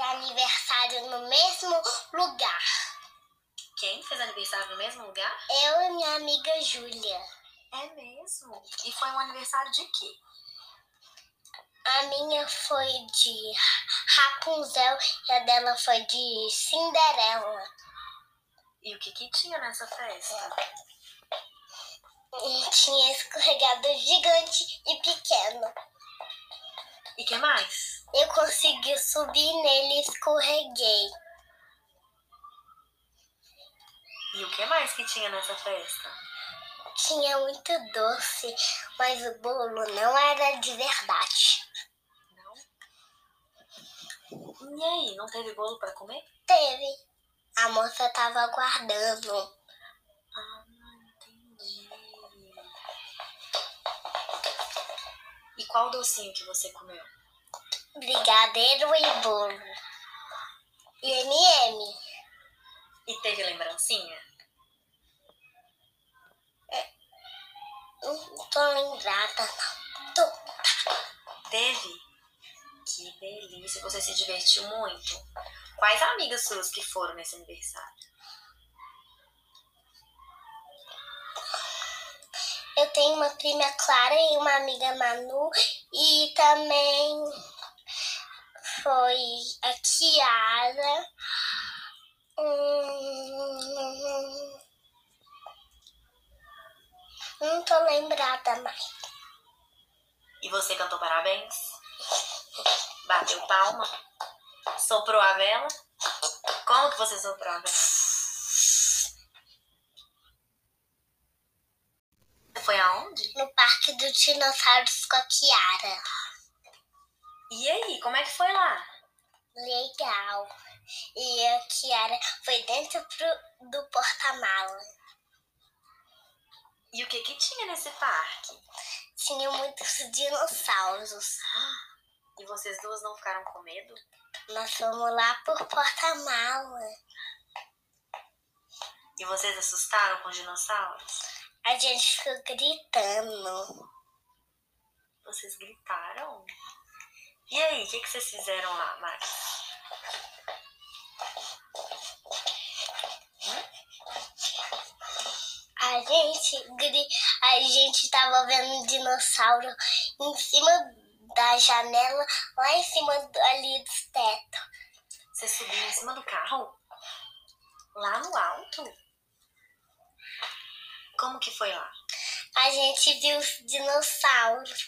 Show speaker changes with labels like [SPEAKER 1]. [SPEAKER 1] aniversário no mesmo lugar.
[SPEAKER 2] Quem fez aniversário no mesmo lugar?
[SPEAKER 1] Eu e minha amiga Júlia.
[SPEAKER 2] É mesmo. E foi um aniversário de quê?
[SPEAKER 1] A minha foi de Rapunzel e a dela foi de Cinderela.
[SPEAKER 2] E o que que tinha nessa festa?
[SPEAKER 1] E tinha escorregador gigante e pequeno.
[SPEAKER 2] E que mais?
[SPEAKER 1] Eu consegui subir nele e escorreguei.
[SPEAKER 2] E o que mais que tinha nessa festa?
[SPEAKER 1] Tinha muito doce, mas o bolo não era de verdade.
[SPEAKER 2] Não? E aí, não teve bolo pra comer?
[SPEAKER 1] Teve. A moça tava aguardando.
[SPEAKER 2] Ah, entendi. E qual docinho que você comeu?
[SPEAKER 1] Brigadeiro e bolo. E MM.
[SPEAKER 2] E teve lembrancinha?
[SPEAKER 1] Não tô lembrada, não. Tô.
[SPEAKER 2] Teve? Que delícia, você se divertiu muito. Quais amigas suas que foram nesse aniversário?
[SPEAKER 1] Eu tenho uma prima Clara e uma amiga Manu. E também foi a Kiara. Hum, Não tô lembrada mais.
[SPEAKER 2] E você cantou parabéns? Bateu palma? Soprou a vela? Como que você soprou a vela? Você Foi aonde?
[SPEAKER 1] No Parque dos Dinossauros com a Kiara.
[SPEAKER 2] E aí, como é que foi lá?
[SPEAKER 1] Legal. E a Kiara foi dentro pro- do porta-mala.
[SPEAKER 2] E o que que tinha nesse parque?
[SPEAKER 1] Tinha muitos dinossauros.
[SPEAKER 2] E vocês duas não ficaram com medo?
[SPEAKER 1] Nós fomos lá por porta-mala.
[SPEAKER 2] E vocês assustaram com os dinossauros?
[SPEAKER 1] A gente ficou gritando.
[SPEAKER 2] Vocês gritaram? E aí, o que, que vocês fizeram lá, Max?
[SPEAKER 1] A gente, gri... a gente tava vendo um dinossauro em cima da janela, lá em cima do- ali dos teto.
[SPEAKER 2] Vocês subiram em cima do carro? Lá no alto? Como que foi lá?
[SPEAKER 1] A gente viu os dinossauros.